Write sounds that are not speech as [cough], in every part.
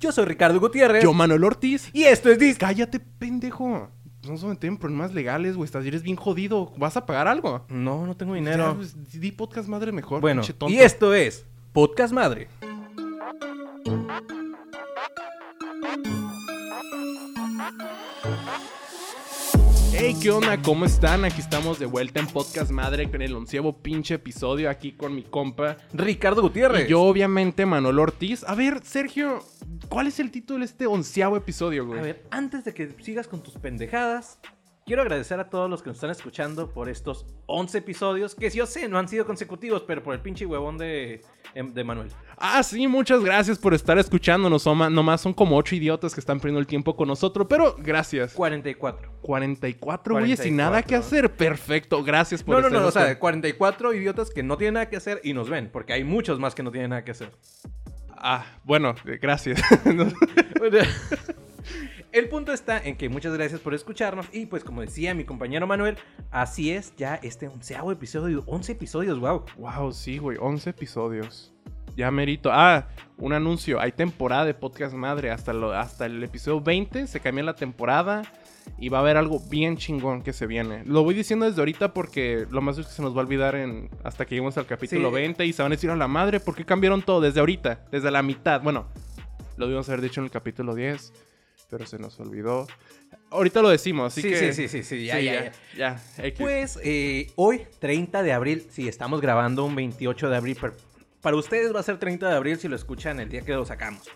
Yo soy Ricardo Gutiérrez. Yo, Manuel Ortiz. Y esto es Disca. Cállate, pendejo. No se meten en problemas legales, güey. Estás eres bien jodido. ¿Vas a pagar algo? No, no tengo dinero. Ya, pues, di podcast madre mejor. bueno, pinche tonto. y esto es Podcast Madre. Hey, ¿qué onda? ¿Cómo están? Aquí estamos de vuelta en Podcast Madre con el onceavo pinche episodio aquí con mi compa. Ricardo Gutiérrez. Y yo, obviamente, Manuel Ortiz. A ver, Sergio, ¿cuál es el título de este onceavo episodio, güey? A ver, antes de que sigas con tus pendejadas, quiero agradecer a todos los que nos están escuchando por estos 11 episodios, que yo sé no han sido consecutivos, pero por el pinche huevón de, em- de Manuel. Ah, sí, muchas gracias por estar escuchándonos. Soma. Nomás son como ocho idiotas que están perdiendo el tiempo con nosotros, pero gracias. 44. 44, güey, sin nada 44. que hacer. Perfecto, gracias por este No, no, no, o estarnos sea, 44 idiotas que no tienen nada que hacer y nos ven, porque hay muchos más que no tienen nada que hacer. con- Ah, bueno, eh, gracias. [laughs] El punto está en que muchas gracias por escucharnos y pues como decía mi compañero Manuel, así es ya este onceavo episodio, 11 episodios, wow. wow, sí, güey, 11 episodios. Ya merito. Ah, un anuncio. Hay temporada de Podcast Madre. Hasta, lo- hasta el episodio 20 se cambia la temporada. Y va a haber algo bien chingón que se viene. Lo voy diciendo desde ahorita porque lo más es que se nos va a olvidar en, hasta que lleguemos al capítulo Sí. 20 y se van a decir a la madre, ¿por qué cambiaron todo desde ahorita? Desde la mitad. Bueno, lo debimos haber dicho en el capítulo 10, pero se nos olvidó. Ahorita lo decimos, así Sí, que... sí, sí, sí, sí, ya, Sí, ya, ya. ya, ya, X. Pues eh, hoy, 30 de abril, si estamos grabando un 28 de abril, pero para ustedes va a ser 30 de abril si lo escuchan el día que lo sacamos.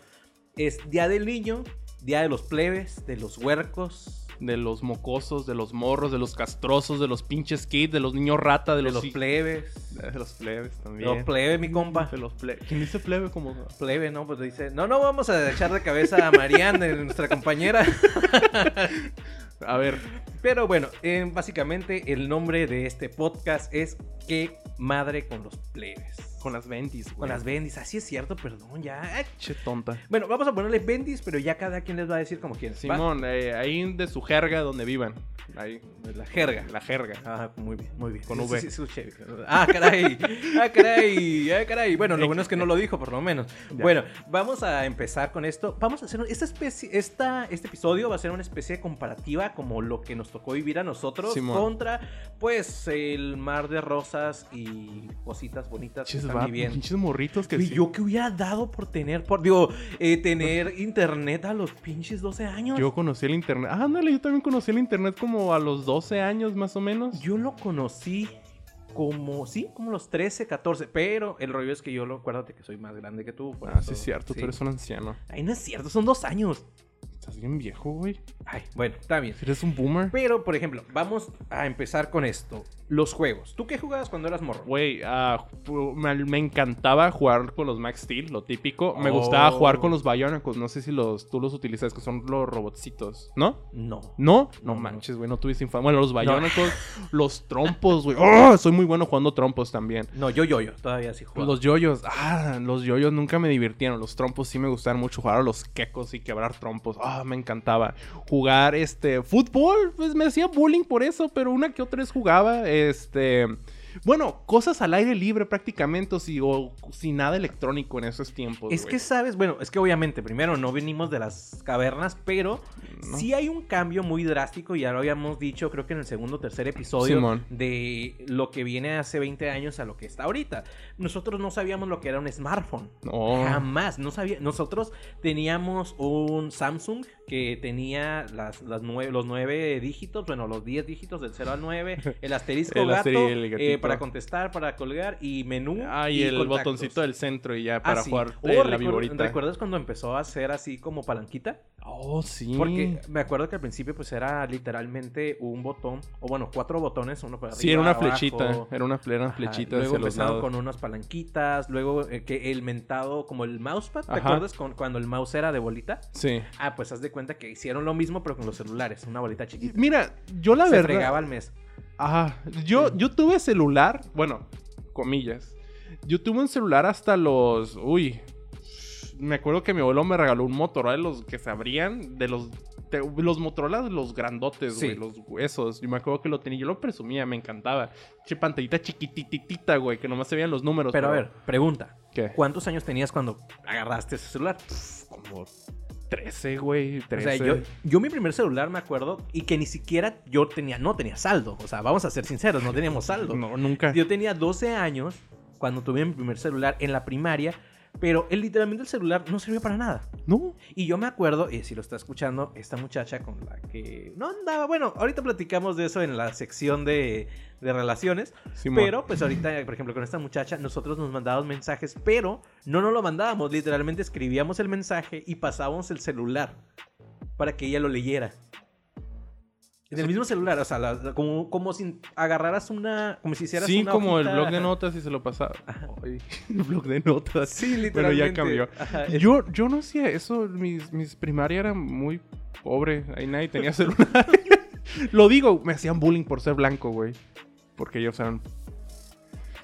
Es Día del Niño, Día de los Plebes, de los Huercos, de los mocosos, de los morros, de los castrosos, de los pinches kids, de los niños rata, de de los... los hi- Plebes. De los plebes De también. los Plebes, mi compa. De los plebes. ¿Quién dice plebe como...? Plebe, ¿no? Pues dice, no, no vamos a echar de cabeza a Marianne, [laughs] nuestra compañera. A ver, Pero bueno, eh, básicamente el nombre de este podcast es ¿Qué madre con los plebes? con las ventis, güey. Con las bendis, así es cierto, perdón, ya. Che tonta. Bueno, vamos a ponerle bendis, pero ya cada quien les va a decir como quieren. ¿va? Simón, eh, ahí de su jerga donde vivan. Ahí. La jerga. La jerga. Ah, muy bien, muy bien. Con Sí, V. sí, sí, escuché. Ah, caray. Ah, caray. Ah, caray. Bueno, lo bueno es que no lo dijo, por lo menos. Ya. Bueno, vamos a empezar con esto. Vamos a hacer un- esta especie, esta, este episodio va a ser una especie de comparativa como lo que nos tocó vivir a nosotros Simón. contra, pues, el mar de rosas y cositas bonitas que Pinches están va- viviendo. pinches morritos que Güey, sí. yo que hubiera dado por tener, por digo, eh, tener internet a los pinches 12 años. Yo conocí el internet. Ah, ándale, yo también conocí el internet como a los 12 años más o menos. Ah, Yo lo conocí como, sí, como los 13, 14, pero el rollo es que yo lo, acuérdate que soy más grande que tú. por Ah, eso- sí es cierto, sí. tú eres un anciano. Ay, no es cierto, son dos años. Estás bien viejo, güey. Ay, bueno, está bien. Eres un boomer. Pero, por ejemplo, vamos a empezar con esto. Los juegos. ¿Tú qué jugabas cuando eras morro? Güey, ah, fu- me, me encantaba jugar con los Max Steel, lo típico. Me Oh. gustaba jugar con los Bionicles. No sé si los, tú los utilizas, que son los robotcitos, ¿no? No. ¿No? No, No no. manches, güey, no tuviste infancia. Bueno, los Bionicles, [laughs] los trompos, güey. ¡Oh! Soy muy bueno jugando trompos también. No, yo, yo, yo, todavía sí jugaba. Los yoyos, ah, los yoyos nunca me divirtieron. Los trompos sí me gustaron mucho. Jugar a los quecos y quebrar trompos, ah, me encantaba. Jugar, este, fútbol, pues me hacía bullying por eso, pero una que otra vez jugaba, este. Bueno, cosas al aire libre prácticamente, o si- o sin nada electrónico en esos tiempos. Es güey. que sabes, bueno, es que obviamente primero no venimos de las cavernas, pero No. sí hay un cambio muy drástico, ya lo habíamos dicho creo que en el segundo o tercer episodio, Simón. de lo que viene hace 20 años a lo que está ahorita. Nosotros no sabíamos lo que era un smartphone. No. Jamás, no sabía. Nosotros teníamos un Samsung que tenía las, las nueve, los nueve dígitos, bueno, los 10 dígitos del 0 al [laughs] 9, el asterisco El gato asteri- el eh, gatito. para contestar, para colgar y menú. Ah, y, el contactos. botoncito del centro y ya Ah, para sí. jugar Oh, eh, la recuer- viborita. ¿Recuerdas cuando empezó a hacer así como palanquita? Oh, sí. Porque me acuerdo que al principio pues era literalmente un botón, o bueno, cuatro botones, uno para Sí, era arriba, una flechita. abajo. Era una, flechita Ajá, Luego hacia los empezaron lados. con unas palanquitas, luego eh, que el mentado, como el mousepad, ¿te Ajá. acuerdas? Con- cuando el mouse era de bolita. Sí. Ah, pues haz de cuenta que hicieron lo mismo pero con los celulares, una bolita chiquita. Mira, yo la Se verdad. fregaba al mes. Ajá. Yo, yo tuve celular. Bueno, comillas. Yo tuve un celular hasta los. Uy. Me acuerdo que mi abuelo me regaló un Motorola de los que se abrían. De los. te- los Motorola de los grandotes, güey. Sí. Los huesos. Yo me acuerdo que lo tenía. Yo lo presumía, me encantaba. Che pantallita chiquititita, güey. Que nomás se veían los números. Pero a ver, pregunta. ¿Qué? ¿Cuántos años tenías cuando agarraste ese celular? Como 13, güey. 13. O sea, yo, yo mi primer celular me acuerdo y que ni siquiera yo tenía, no tenía saldo. O sea, vamos a ser sinceros, no teníamos saldo. No, nunca. Yo tenía 12 años cuando tuve mi primer celular en la primaria, pero él, literalmente el celular no sirvió para nada. No. Y yo me acuerdo, y si lo está escuchando, esta muchacha con la que no andaba, bueno, ahorita platicamos de eso en la sección de, de relaciones, Simón. pero pues ahorita, por ejemplo, con esta muchacha, nosotros nos mandábamos mensajes, pero no nos lo mandábamos, literalmente escribíamos el mensaje y pasábamos el celular para que ella lo leyera. En el mismo celular, o sea, la- la- como, como si agarraras una, como si hicieras Sí, una como el hojita. blog de notas y se lo pasaba. [laughs] Ay, el blog de [laughs] notas. Sí, Bueno, ya literalmente. cambió. Ajá, es- Yo, yo no hacía eso. Mis, mis primaria eran muy pobre. Ahí nadie tenía celular. [laughs] Lo digo, me hacían bullying por ser blanco, güey. Porque ellos eran.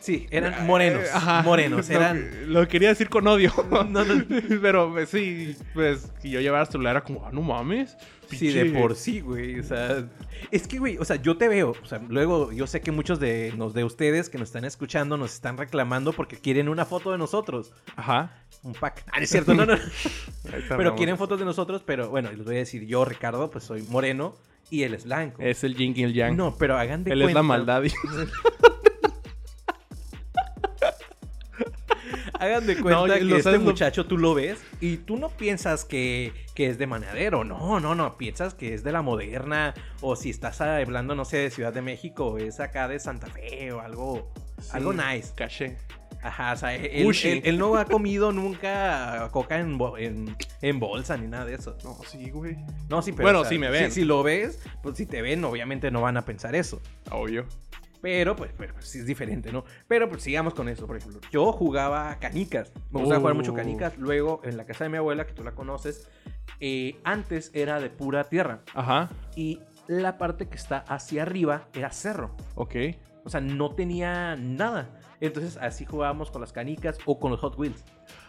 Sí, eran morenos, Eh, Ajá. [laughs] morenos, Lo- eran... Lo quería decir [laughs] con odio. [laughs] No, no. Pero pues, sí, pues que yo llevara celular era como, ah, no mames. Sí, pinche- de por sí, güey. O sea, es que, güey, o sea, yo te veo. O sea, luego yo sé que muchos de, nos, de ustedes que nos están escuchando nos están reclamando porque quieren una foto de nosotros. Ajá. Un pack. Ah, no es cierto, no, [laughs] no. no. Ahí está, pero Ramón. quieren fotos de nosotros, pero bueno, les voy a decir, yo, Ricardo, pues soy moreno y él es blanco. Es el yin y el yang. No, pero hagan de Él cuenta. es la maldad. y- Hagan de cuenta No, que lo este sabes, lo- muchacho tú lo ves y tú no piensas que, que es de Manadero, no, no, no, piensas que es de la moderna o si estás hablando, no sé, de Ciudad de México, es acá de Santa Fe o algo, algo Sí, nice. Caché. Ajá, o sea, él, Gucci. él- él no ha comido nunca coca en, bo- en, en bolsa ni nada de eso. [laughs] No, sí, güey. No, sí, pero, Bueno, o sea, sí me si- ven. Si, lo ves, pues si te ven, obviamente no van a pensar eso. Obvio. Pero, pues, pero, pues, sí es diferente, ¿no? Pero, pues, sigamos con eso, por ejemplo. Yo jugaba canicas. Me gustaba jugar mucho Oh. canicas. Luego, en la casa de mi abuela, que tú la conoces, eh, antes era de pura tierra. Ajá. Y la parte que está hacia arriba era cerro. Ok. O sea, no tenía nada. Entonces, así jugábamos con las canicas o con los Hot Wheels.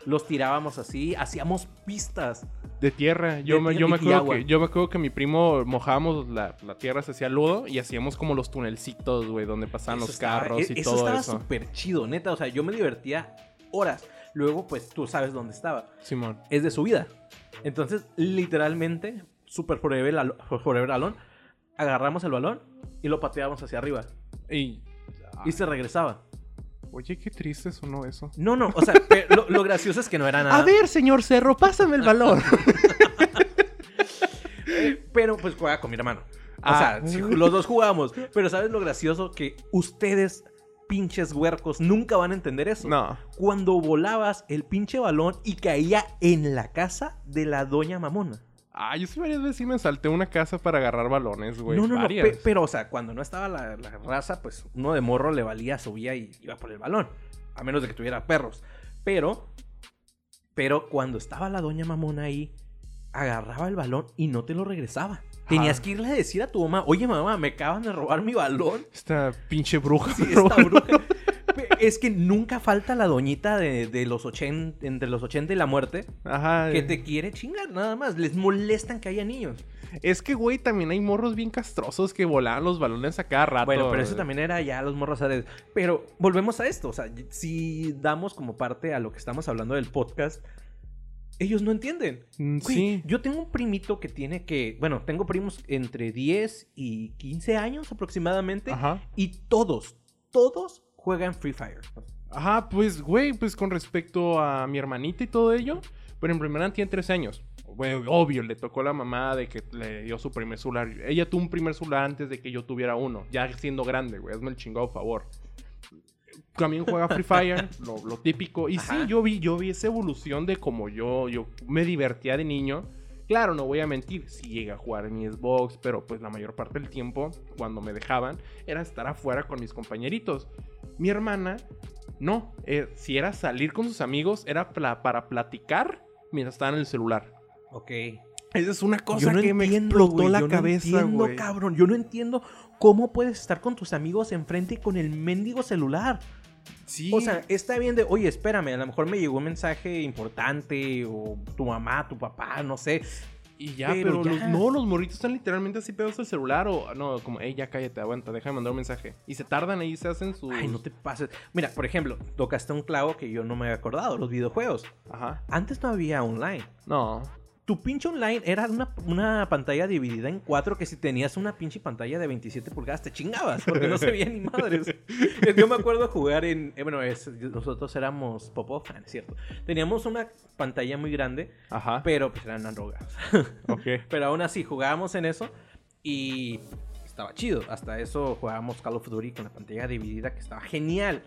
Los tirábamos así, hacíamos pistas. De tierra. Yo, De me, tierra yo, y- me y acuerdo agua. que, yo me acuerdo que mi primo mojábamos la, la tierra, se hacía lodo y hacíamos como los tunelcitos, güey, donde pasaban Eso los estaba- carros e- y todo estaba eso. súper chido, neta. O sea, yo me divertía horas. Luego, pues, tú sabes dónde estaba. Simón. es de subida. Entonces, literalmente, Super Forever, Al- Forever Alone, agarramos el balón y lo pateábamos hacia arriba. Y, ah, Y se regresaba. oye, qué triste sonó eso. No, no, o [laughs] sea, pe- lo, lo gracioso es que no era nada. A ver, señor Cerro, pásame el balón. Eh, Pero pues jugaba con mi hermano. O Ah. [laughs] sea, sí, los dos jugábamos. Pero ¿sabes lo gracioso? Que ustedes, pinches huercos, nunca van a entender eso. [laughs] no. Cuando volabas el pinche balón y caía en la casa de la doña mamona. Ah, yo sí varias veces sí me salté una casa para agarrar balones, güey. no, no, no. pues, varias. pe- pero, o sea, cuando no estaba la, la raza, pues uno de morro le valía, subía y iba por el balón. A menos de que tuviera perros. Pero, pero cuando estaba la doña mamona ahí, agarraba el balón y no te lo regresaba. Tenías Ah. que irle a decir a tu mamá, oye mamá, me acaban de robar mi [laughs] balón. Esta pinche bruja. [laughs] Sí, bro. esta bruja. Pe- Es que nunca falta la doñita de, de los 80, entre los 80 y la muerte, Ajá. eh, que te quiere chingar, nada más. Les molestan que haya niños. Es que, güey, también hay morros bien castrosos que volaban los balones a cada rato. Bueno, pero eso güey. también era ya los morros árabes. Pero volvemos a esto. O sea, si damos como parte a lo que estamos hablando del podcast, ellos no entienden. Mm, Güey, Sí. Yo tengo un primito que tiene que. Bueno, tengo primos entre 10 y 15 años aproximadamente. Ajá. Y todos, todos juegan Free Fire. Ajá, pues, güey, pues con respecto a mi hermanita y todo ello, por ejemplo, mi hermana tiene 13 años. Güey, obvio, le tocó la mamá de que le dio su primer celular. Ella tuvo un primer celular antes de que yo tuviera uno, ya siendo grande, güey, hazme el chingado favor. También juega Free Fire, lo, lo típico. Y Ajá. sí, yo vi, yo vi esa evolución de como yo, yo me divertía de niño. Claro, no voy a mentir, sí llegué a jugar en mi Xbox, pero pues la mayor parte del tiempo, cuando me dejaban, era estar afuera con mis compañeritos. Mi hermana, no, eh, si era salir con sus amigos, era pla- para platicar mientras estaba en el celular. Ok. Esa es una cosa Yo no que me entiendo, explotó güey, la yo no cabeza, entiendo, güey. cabrón. Yo no entiendo cómo puedes estar con tus amigos enfrente y con el mendigo celular. Sí. O sea, está bien de, oye, espérame, a lo mejor me llegó un mensaje importante o tu mamá, tu papá, no sé. y ya, pero pero, ya. los- no, los morritos están literalmente así pegados al celular o no, como, hey, ya cállate, aguanta, déjame mandar un mensaje. Y se tardan ahí, se hacen su. Ay, no te pases. Mira, por ejemplo, tocaste un clavo que yo no me había acordado, los videojuegos. Ajá. Antes no había online. No. tu pinche online era una, una pantalla dividida en cuatro que si tenías una pinche pantalla de 27 pulgadas te chingabas porque no se veía ni madres. Yo me acuerdo jugar en... eh, Bueno, es- nosotros éramos Popov, ah, no es ¿cierto? Teníamos una pantalla muy grande, Ajá. pero pues eran androgas. Ok. Pero aún así jugábamos en eso y estaba chido. Hasta eso jugábamos Call of Duty con la pantalla dividida que estaba genial.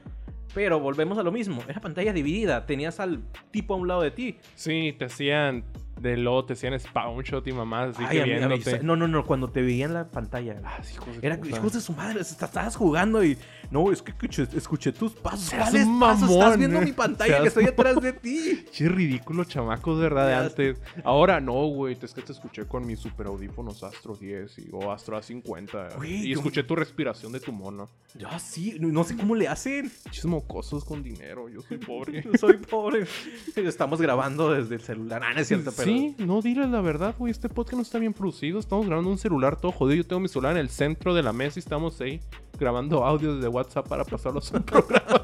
Pero volvemos a lo mismo, era pantalla dividida, tenías al tipo a un lado de ti. Sí, te hacían de lo, te hacían spawn shot y mamás, así Ay, que a mí- a mí- viéndote. no, no, no, cuando te veía en la pantalla. güey. Ah, sí, hijos de Era puta. hijos de su madre, est- estabas jugando y no, es que escuché, escuché tus pasos. Seas ¿Cuáles un pasos? Estás mamón, viendo eh. mi pantalla Seas que estoy atrás de ti. Che, ridículo, chamacos, ¿verdad? De Ya antes. Ahora no, güey. Es que te escuché con mis super audífonos Astro 10 y, o Astro A50. Güey, y yo- escuché tu respiración de tu mono. Ya sí, no- no sé cómo le hacen. Chis mocosos con dinero, yo soy [laughs] pobre. [laughs] Soy pobre. Estamos grabando desde el celular. Ah, no es cierto, pero. Sí, no diles la verdad, güey. Este podcast no está bien producido. Estamos grabando un celular todo jodido. Yo tengo mi celular en el centro de la mesa y estamos ahí grabando audios de WhatsApp para pasarlos a un [laughs] programa.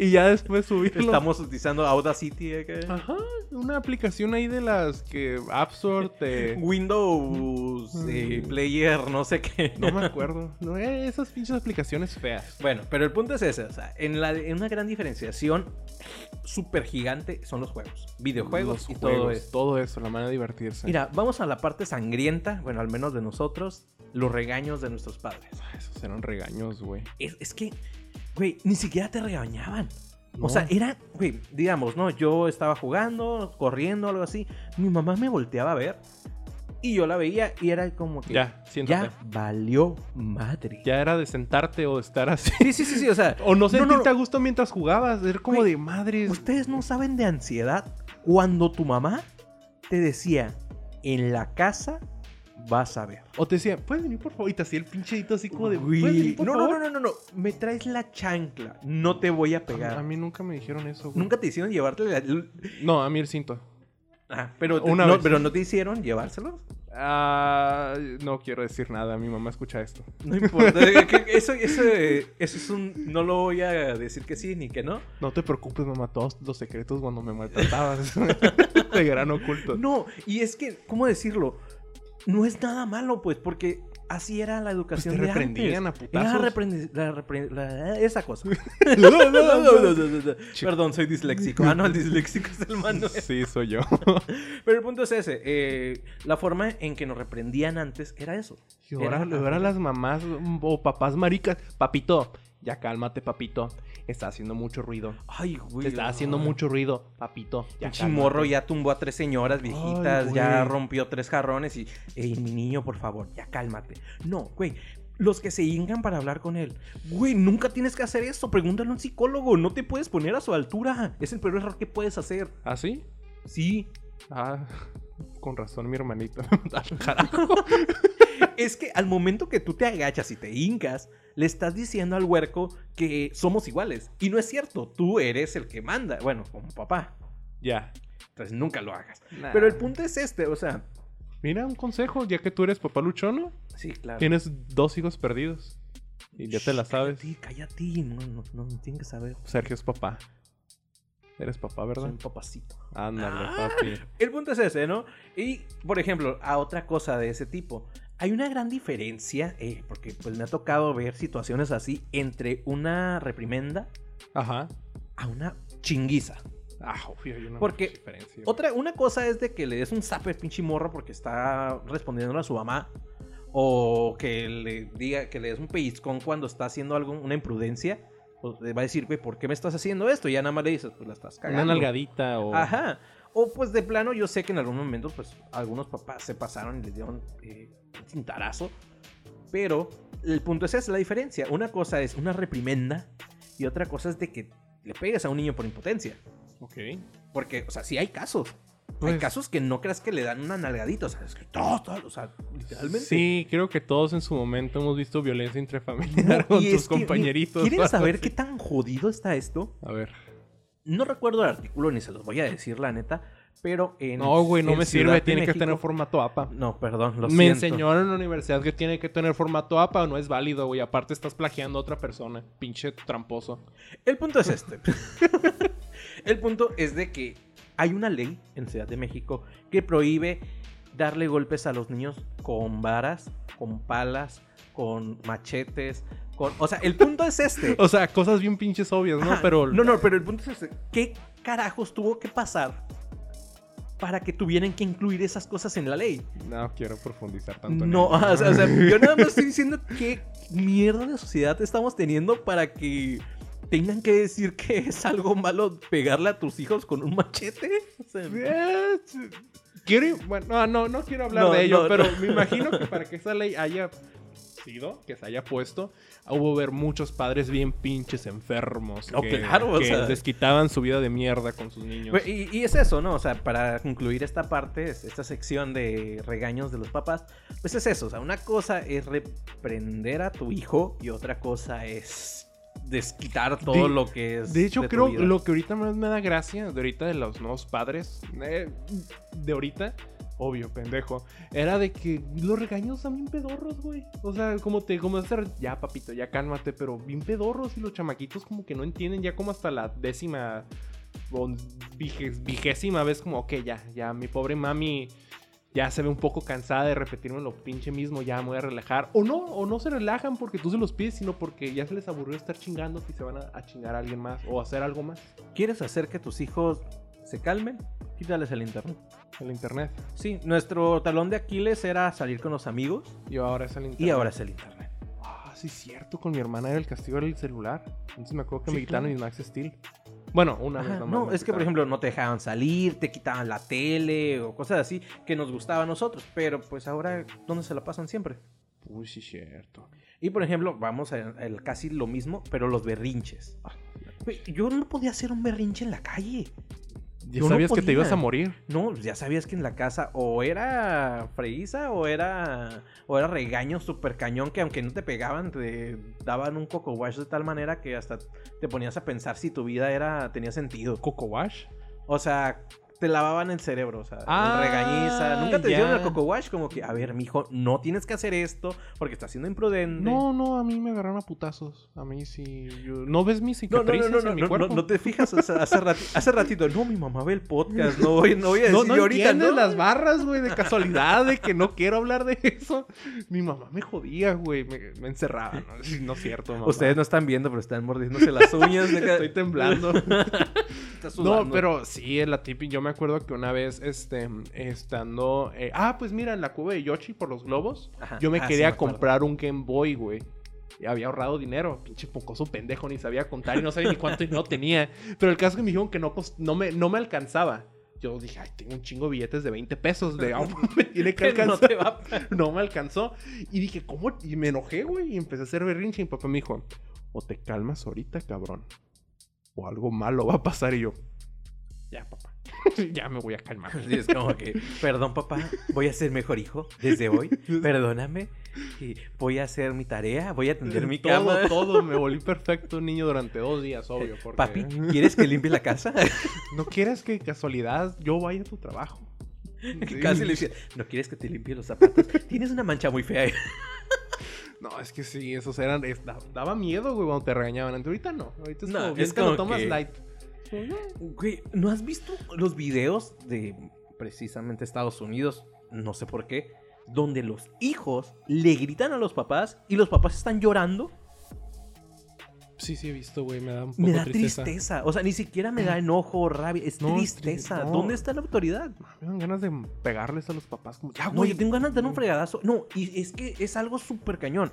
y ya después subirlo. Estamos utilizando Audacity. ¿eh? ¿Qué? Ajá, una aplicación ahí de las que App Store [laughs] te. Windows eh, Mm. Player, no sé qué. No me acuerdo. No, eh, esas pinches aplicaciones feas. Bueno, pero el punto es ese. O sea, en, la, en una gran diferenciación súper gigante son los juegos. Videojuegos Los y todo juegos, esto. Todo eso, la manera de divertirse. Mira, vamos a la parte sangrienta, bueno, al menos de nosotros, los regaños de nuestros padres. Ah, Esos eran regaños, güey. Es, es que, güey, ni siquiera te regañaban. No. O sea, era, güey, digamos, ¿no? Yo estaba jugando, corriendo, algo así. Mi mamá me volteaba a ver y yo la veía y era como que... Ya, siéntate. Ya valió madre. Ya era de sentarte o de estar así. [laughs] Sí, sí, sí, sí, o sea, O no sentirte no. a gusto mientras jugabas. Era como Güey, de madres. ustedes no saben de ansiedad cuando tu mamá te decía, en la casa vas a ver. O te decía, ¿puedes venir por favor? Y te hacía el pinche dito así como de, Güey, "¿Puedes venir, por no, no, favor?". no, no, no, no, me traes la chancla, no te voy a A, pegar. mí nunca me dijeron eso, güey. Nunca te hicieron llevarte la... No, a mí el cinto. Ah, pero, te- Una no, vez. pero no te hicieron llevárselo. Ah, no quiero decir nada. Mi mamá escucha esto. No importa. [laughs] que- que eso, eso, eh, eso es un... No lo voy a decir que sí ni que no. No te preocupes, mamá. Todos los secretos cuando me maltratabas. [laughs] de gran [laughs] oculto. No, y es que, ¿cómo decirlo? No es nada malo, pues, porque así era la Pues educación te de antes. reprendían Era a la putazos. reprendi- la repre- la- esa [laughs] cosa. [laughs] Chico. Perdón, soy disléxico. Ah, no, el disléxico es el Manuel. [laughs] Sí, soy yo. Pero el punto es ese. eh, la forma en que nos reprendían antes era eso. Y ahora, Era- ahora las mamás mm, o papás maricas. Papito, ya cálmate, papito. Está haciendo mucho ruido. Ay, güey. Te está haciendo ay. mucho ruido, papito. Ya Pinche cálmate. morro ya tumbó a tres señoras viejitas, Ay, ya güey. rompió tres jarrones y, ey, mi niño, por favor, ya cálmate. No, güey, los que se hingan para hablar con él, güey, nunca tienes que hacer eso, pregúntale a un psicólogo, no te puedes poner a su altura, es el peor error que puedes hacer. ¿Ah, sí? Sí, Ah, [laughs] con razón, mi hermanito. [laughs] es que al momento que tú te agachas y te hincas, le estás diciendo al huerco que somos iguales, y no es cierto, tú eres el que manda, bueno, como papá, ya. entonces nunca lo hagas. Nah. Pero el punto es este, o sea, Mira, un consejo, ya que tú eres papá luchono, sí, claro. tienes dos hijos perdidos. Y ya te la Shh, sabes. Cállate, cállate. No, no, no, no tienen que saber. Sergio es papá. Eres papá, Soy ¿verdad? un papacito. Ándale, Ah. papi. El punto es ese, ¿no? Y, por ejemplo, a otra cosa de ese tipo. Hay una gran diferencia, eh, porque pues me ha tocado ver situaciones así entre una reprimenda Ajá. a una chinguiza. Ah, obvio, hay una Porque diferencia. Otra, una cosa es de que le des un zape al pinche morro porque está respondiendo a su mamá. O que le diga, que le des un pellizcón cuando está haciendo algo, una imprudencia. O le va a decir, güey, ¿por qué me estás haciendo esto? Y ya nada más le dices, pues la estás cagando. Una nalgadita o. Ajá. O pues de plano, yo sé que en algún momento, pues algunos papás se pasaron y les dieron eh, un cintarazo. Pero el punto es esa, la diferencia. Una cosa es una reprimenda y otra cosa es de que le pegues a un niño por impotencia. Ok. Porque, o sea, sí hay casos. hay Pues- casos que no creas que le dan una nalgadita. O sea, es que todo, todo, o sea, literalmente. Sí, creo que todos en su momento hemos visto violencia No, intrafamiliar [laughs] [laughs] con y es tus que, compañeritos. ¿Quieren ¿verdad? saber qué tan jodido está esto? A ver. No recuerdo el artículo ni se los voy a decir, la neta. Pero en. No, güey, no en me Ciudad sirve. de Tiene que México- tener formato APA. No, perdón, lo Me siento. enseñaron en la universidad que tiene que tener formato APA, no es válido, güey. Aparte estás plagiando a otra persona, pinche tramposo. [laughs] El punto es este. el punto es de que Hay una ley en Ciudad de México que prohíbe darle golpes a los niños con varas, con palas, con machetes, con... O sea, el punto es este. O sea, cosas bien pinches obvias, [laughs] ¿no? Ajá. Pero No, no, pero el punto es este. ¿Qué carajos tuvo que pasar para que tuvieran que incluir esas cosas en la ley? no quiero profundizar tanto. en No, ello. [laughs] o sea, o sea, yo nada más estoy [laughs] diciendo qué mierda de sociedad estamos teniendo para que tengan que decir que es algo malo pegarle a tus hijos con un machete. O sea, Eh, [laughs] Quiero, bueno, no, no, no quiero hablar No, de ello, no, pero no. me imagino [laughs] que para que esa ley haya sido, que se haya puesto, hubo ver muchos padres bien pinches enfermos No, Oh, que, claro, o que sea. desquitaban su vida de mierda con sus niños. Pues, Y, y es eso, ¿no? O sea, para concluir esta parte, es- esta sección de regaños de los papás, pues es eso. O sea, una cosa es reprender a tu hijo y otra cosa es desquitar todo De- lo que es. De hecho, tu creo vida. lo que ahorita más me da gracia de ahorita de los nuevos padres, eh, de ahorita, obvio, pendejo, era de que los regaños están bien pedorros, güey. O sea, como te, como hacer, ya papito, ya cálmate, pero bien pedorros y los chamaquitos como que no entienden ya como hasta la décima o viges- vigésima vez como, ok, ya, ya, mi pobre mami ya se ve un poco cansada de repetirme lo pinche mismo, ya me voy a relajar. O no, o no se relajan porque tú se los pides, sino porque ya se les aburrió estar chingando y se van a, a chingar a alguien más o a hacer algo más ¿Quieres hacer que tus hijos se calmen? Quítales el internet. en la internet. Sí, nuestro talón de Aquiles era salir con los amigos Y ahora es el internet. y ahora es el internet. Ah, sí, es cierto, con mi hermana era el castigo del celular. Entonces me acuerdo que Sí, me quitaron claro. mis Max Steel. Bueno, una Ajá, vez nomás no, me es que por quitaron. ejemplo no te dejaban salir, te quitaban la tele o cosas así que nos gustaba a nosotros, pero pues ahora, ¿dónde se la pasan siempre? Uy, sí, cierto. Y por ejemplo, vamos a, a casi lo mismo, pero los berrinches. Güey, Yo no podía hacer un berrinche en la calle. Ya Yo no sabías que te podía. ibas a morir. No, pues, ya sabías que en la casa o era freguiza o era, o era regaño super cañón que aunque no te pegaban, te daban un coco wash de tal manera que hasta te ponías a pensar si tu vida era tenía sentido. Coco Wash. O sea, te lavaban el cerebro, o sea, el Ah, regañiza. Nunca te dieron ya. el coco wash como que, a ver, mijo, no tienes que hacer esto porque estás siendo imprudente. No, no, a mí me agarraron a putazos. A mí sí. yo- ¿No ves mis No, no, no, cicatrices no, en no, mi no, cuerpo? no te fijas, o sea, hace, rati- hace ratito, no, mi mamá ve el podcast, no voy, no voy a decir No, no ahorita, entiendes ¿no? las barras, güey, de casualidad, de que no quiero hablar de eso. Mi mamá me jodía, güey, me, me encerraba. No, no es cierto, mamá. Ustedes no están viendo, pero están mordiéndose las uñas. [laughs] de que- Estoy temblando. Está sudando. no, pero sí, es la típica. Yo me acuerdo que una vez, este, estando... eh, ah, pues mira, en la cueva de Yoshi por los globos, Ajá, yo me ah, sí, quería me acuerdo. comprar un Game Boy, güey. Y había ahorrado dinero. Pinche pocoso pendejo, ni sabía contar y no sabía ni cuánto dinero tenía. Pero el caso es que me dijeron que no, cost- no, me, no me alcanzaba. Yo dije, ay, tengo un chingo de billetes de 20 pesos. De, "Ah, [laughs] me tiene Que que [laughs] no alcanzar te va a- no me alcanzó. Y dije, ¿cómo? Y me enojé, güey. Y empecé a hacer berrinche. Y mi papá me dijo, o te calmas ahorita, cabrón. O algo malo va a pasar. Y yo, ya, papá. [laughs] ya me voy a calmar. Sí, es como que, perdón papá, voy a ser mejor hijo desde [laughs] hoy, perdóname, y voy a hacer mi tarea, voy a atender mi todo, cama. todo. Me volví perfecto un niño durante dos días, obvio. Porque... Papi, ¿quieres que limpie la [laughs] casa? [laughs] ¿no quieres que casualidad yo vaya a tu [laughs] trabajo? Sí. Casi le dice, ¿no quieres que te limpie los zapatos? Tienes una mancha muy fea. ahí". No, es que sí, esos eran. es- da- daba miedo, güey, cuando te regañaban. Antes, ahorita no. Ahorita es No, como. es Es que lo como tomas que- light. Como, "Ah, Güey, ¿no has visto los videos de precisamente Estados Unidos? No sé por qué. Donde los hijos le gritan a los papás y los papás están llorando. Sí, sí, he visto, güey. Me da un poco Me da tristeza. Mm. tristeza. O sea, ni siquiera me da enojo, rabia. Es No, es tri- tristeza. no. ¿Dónde está la autoridad? Me dan ganas de pegarles a los papás como, ya, No, Ah, güey. yo tengo ganas de dar un fregadazo. No, y es que es algo súper cañón.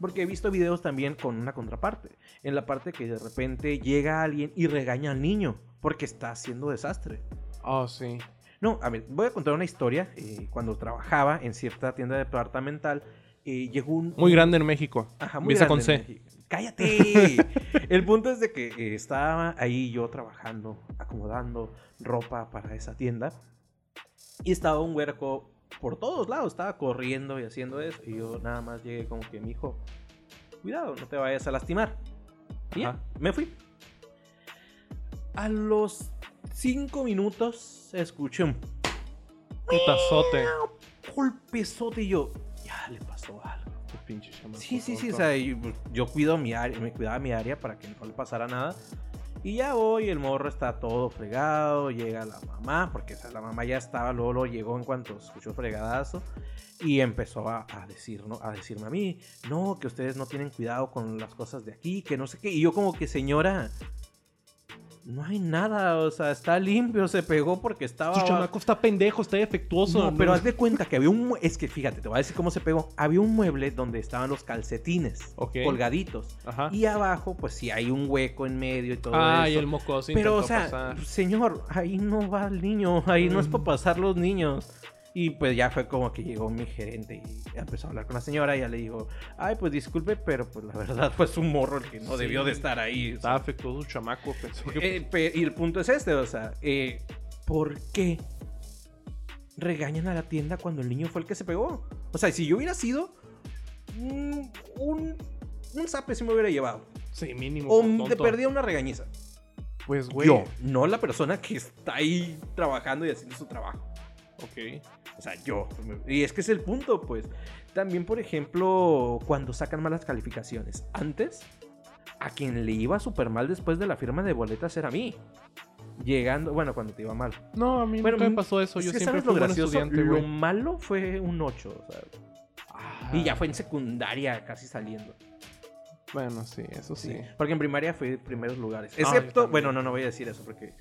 Porque he visto videos también con una contraparte. En la parte que de repente llega alguien y regaña al niño porque está haciendo desastre. Oh, sí. No, a ver, voy a contar una historia. Eh, cuando trabajaba en cierta tienda departamental, eh, llegó un... Muy grande en México. Ajá, Empieza con grande, C. ¿no? ¡Cállate! [laughs] El punto es de que eh, estaba ahí yo trabajando, acomodando ropa para esa tienda. Y estaba un huerco por todos lados, estaba corriendo y haciendo eso. Y yo nada más llegué como que, mijo, cuidado, no te vayas a lastimar. Y ya, Ajá. me fui. A los cinco minutos escuché un Putazote. golpezote y yo, ya le pasó algo. Qué pinche chamaco Sí, sí, sí, o tonto. sea, yo, yo cuido mi área, me cuidaba mi área para que no le pasara nada. Y ya hoy el morro está todo fregado, llega la mamá, porque o sea, la mamá ya estaba, luego, luego llegó en cuanto escuchó el fregadazo y empezó a, a decir, ¿no? a decirme a mí, no, que ustedes no tienen cuidado con las cosas de aquí, que no sé qué. Y yo como que, señora, no hay nada, o sea, está limpio, se pegó porque estaba... Su chamaco está pendejo, está defectuoso. ah, No, pero haz de cuenta que había un... mue- Es que fíjate, te voy a decir cómo se pegó. Había un mueble donde estaban los calcetines Ok. colgaditos. Ajá. Y abajo, pues sí, hay un hueco en medio y todo Ah, y eso. el mocoso Pero, o intentó sea, pues, pasar. señor, ahí no va el niño, ahí no es Mm. para pasar los niños. Y pues ya fue como que llegó mi gerente y empezó a hablar con la señora y ya le dijo, ay, pues disculpe, pero pues la verdad [laughs] fue su morro el que no Sí. debió de estar ahí. o sea. Estaba afectuoso su chamaco, pensó que... Eh, pe- y el punto es este, o sea, eh, ¿por qué regañan a la tienda cuando el niño fue el que se pegó? O sea, si yo hubiera sido mm, un, un sape si me hubiera llevado. sí, mínimo. O por te tonto. perdía una regañiza. Pues, güey. Yo, no la persona que está ahí trabajando y haciendo su trabajo. Ok. O sea, yo. Y es que es el punto, pues. También, por ejemplo, cuando sacan malas calificaciones. Antes, a quien le iba súper mal después de la firma de boletas era a mí. Llegando, bueno, cuando te iba mal. No, a mí Bueno, nunca me mm, pasó eso. Yo Es que, siempre ¿sabes fui lo un buen gracioso? estudiante, lo güey. malo fue un 8, o sea, Ah, y ya fue en secundaria casi saliendo. Bueno, sí, eso sí. Sí, Porque en primaria fui de primeros lugares. yo Excepto, también. bueno, no, no voy a decir eso porque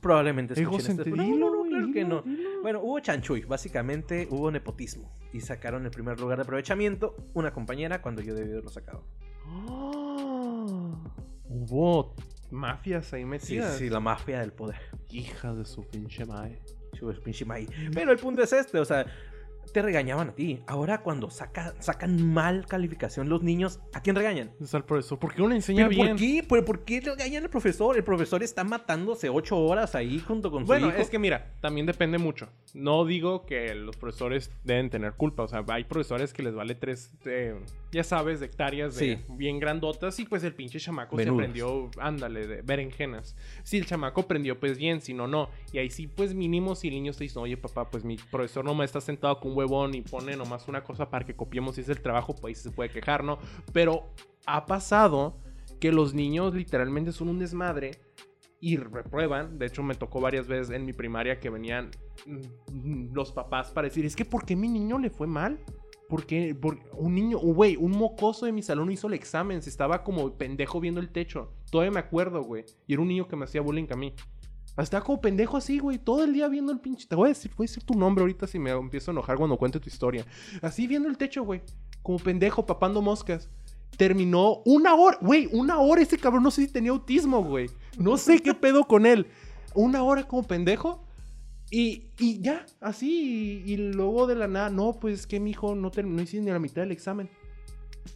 probablemente escuchen este- Egocentrismo, No, no, no, claro dilo, que no. dilo. Bueno, hubo chanchuy, básicamente hubo nepotismo y sacaron el primer lugar de aprovechamiento una compañera cuando yo debí haberlo sacado. Ah, Hubo mafias ahí Sí, metidas. sí, la mafia del poder. Hija de su pinche madre. Chubes, pinche maíz. Pero el punto es este, o sea, te regañaban a ti. Ahora cuando saca- sacan mal calificación los niños, ¿a quién regañan? Es al profesor. ¿Por qué no le enseña ¿Pero bien? por qué? ¿Pero por qué regañan al profesor? El profesor está matándose ocho horas ahí junto con su Bueno, hijo. es que mira, también depende mucho. No digo que los profesores deben tener culpa. O sea, hay profesores que les vale tres, eh, ya sabes, de hectáreas de Sí. bien grandotas y pues el pinche chamaco Menudos. se prendió, ándale, de berenjenas. Si el chamaco prendió, pues bien, si no, no. Y ahí sí, pues mínimo, si el niño te dice, oye papá, pues mi profesor nomás está sentado con un huevón y pone nomás una cosa para que copiemos y es el trabajo, pues ahí se puede quejar, ¿no? Pero ha pasado que los niños literalmente son un desmadre y reprueban. De hecho, me tocó varias veces en mi primaria que venían mm, los papás para decir, es que ¿por qué mi niño le fue mal? Porque un niño, oh, güey, un mocoso de mi salón hizo el examen, se estaba como pendejo viendo el techo. Todavía me acuerdo, güey. Y era un niño que me hacía bullying a mí. Estaba como pendejo así, güey, todo el día viendo el pinche. Te voy a decir, voy a decir tu nombre ahorita si me empiezo a enojar cuando cuente tu historia. Así viendo el techo, güey. Como pendejo, papando moscas. Terminó una hora, güey, una hora. Ese cabrón no sé si tenía autismo, güey. No sé qué pedo con él. Una hora como pendejo. Y, y ya, así. Y, y luego de la nada, no, pues que mi hijo no terminó, no hice ni la mitad del examen.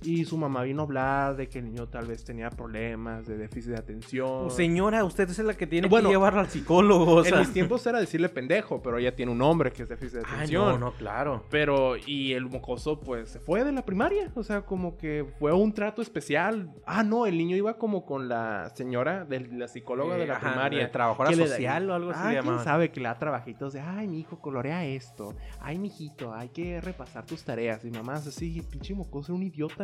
Y su mamá vino a hablar de que el niño tal vez tenía problemas de déficit de atención. Señora, usted es la que tiene Bueno, que llevarla al psicólogo. O sea. En [laughs] mis tiempos era decirle pendejo, pero ella tiene un nombre que es déficit de Ah, atención. no, no, claro. Pero, y el mocoso, pues, se fue de la primaria. O sea, como que fue un trato especial. Ah, no, el niño iba como con la señora, de la psicóloga de la Eh, Ajá, primaria. de trabajadora que le da- social o algo así Ah, le quién llamaban. sabe que le da trabajitos de, ay, mi hijo, colorea esto. Ay, mijito, hay que repasar tus tareas. Y mamá, así, pinche mocoso, era un idiota.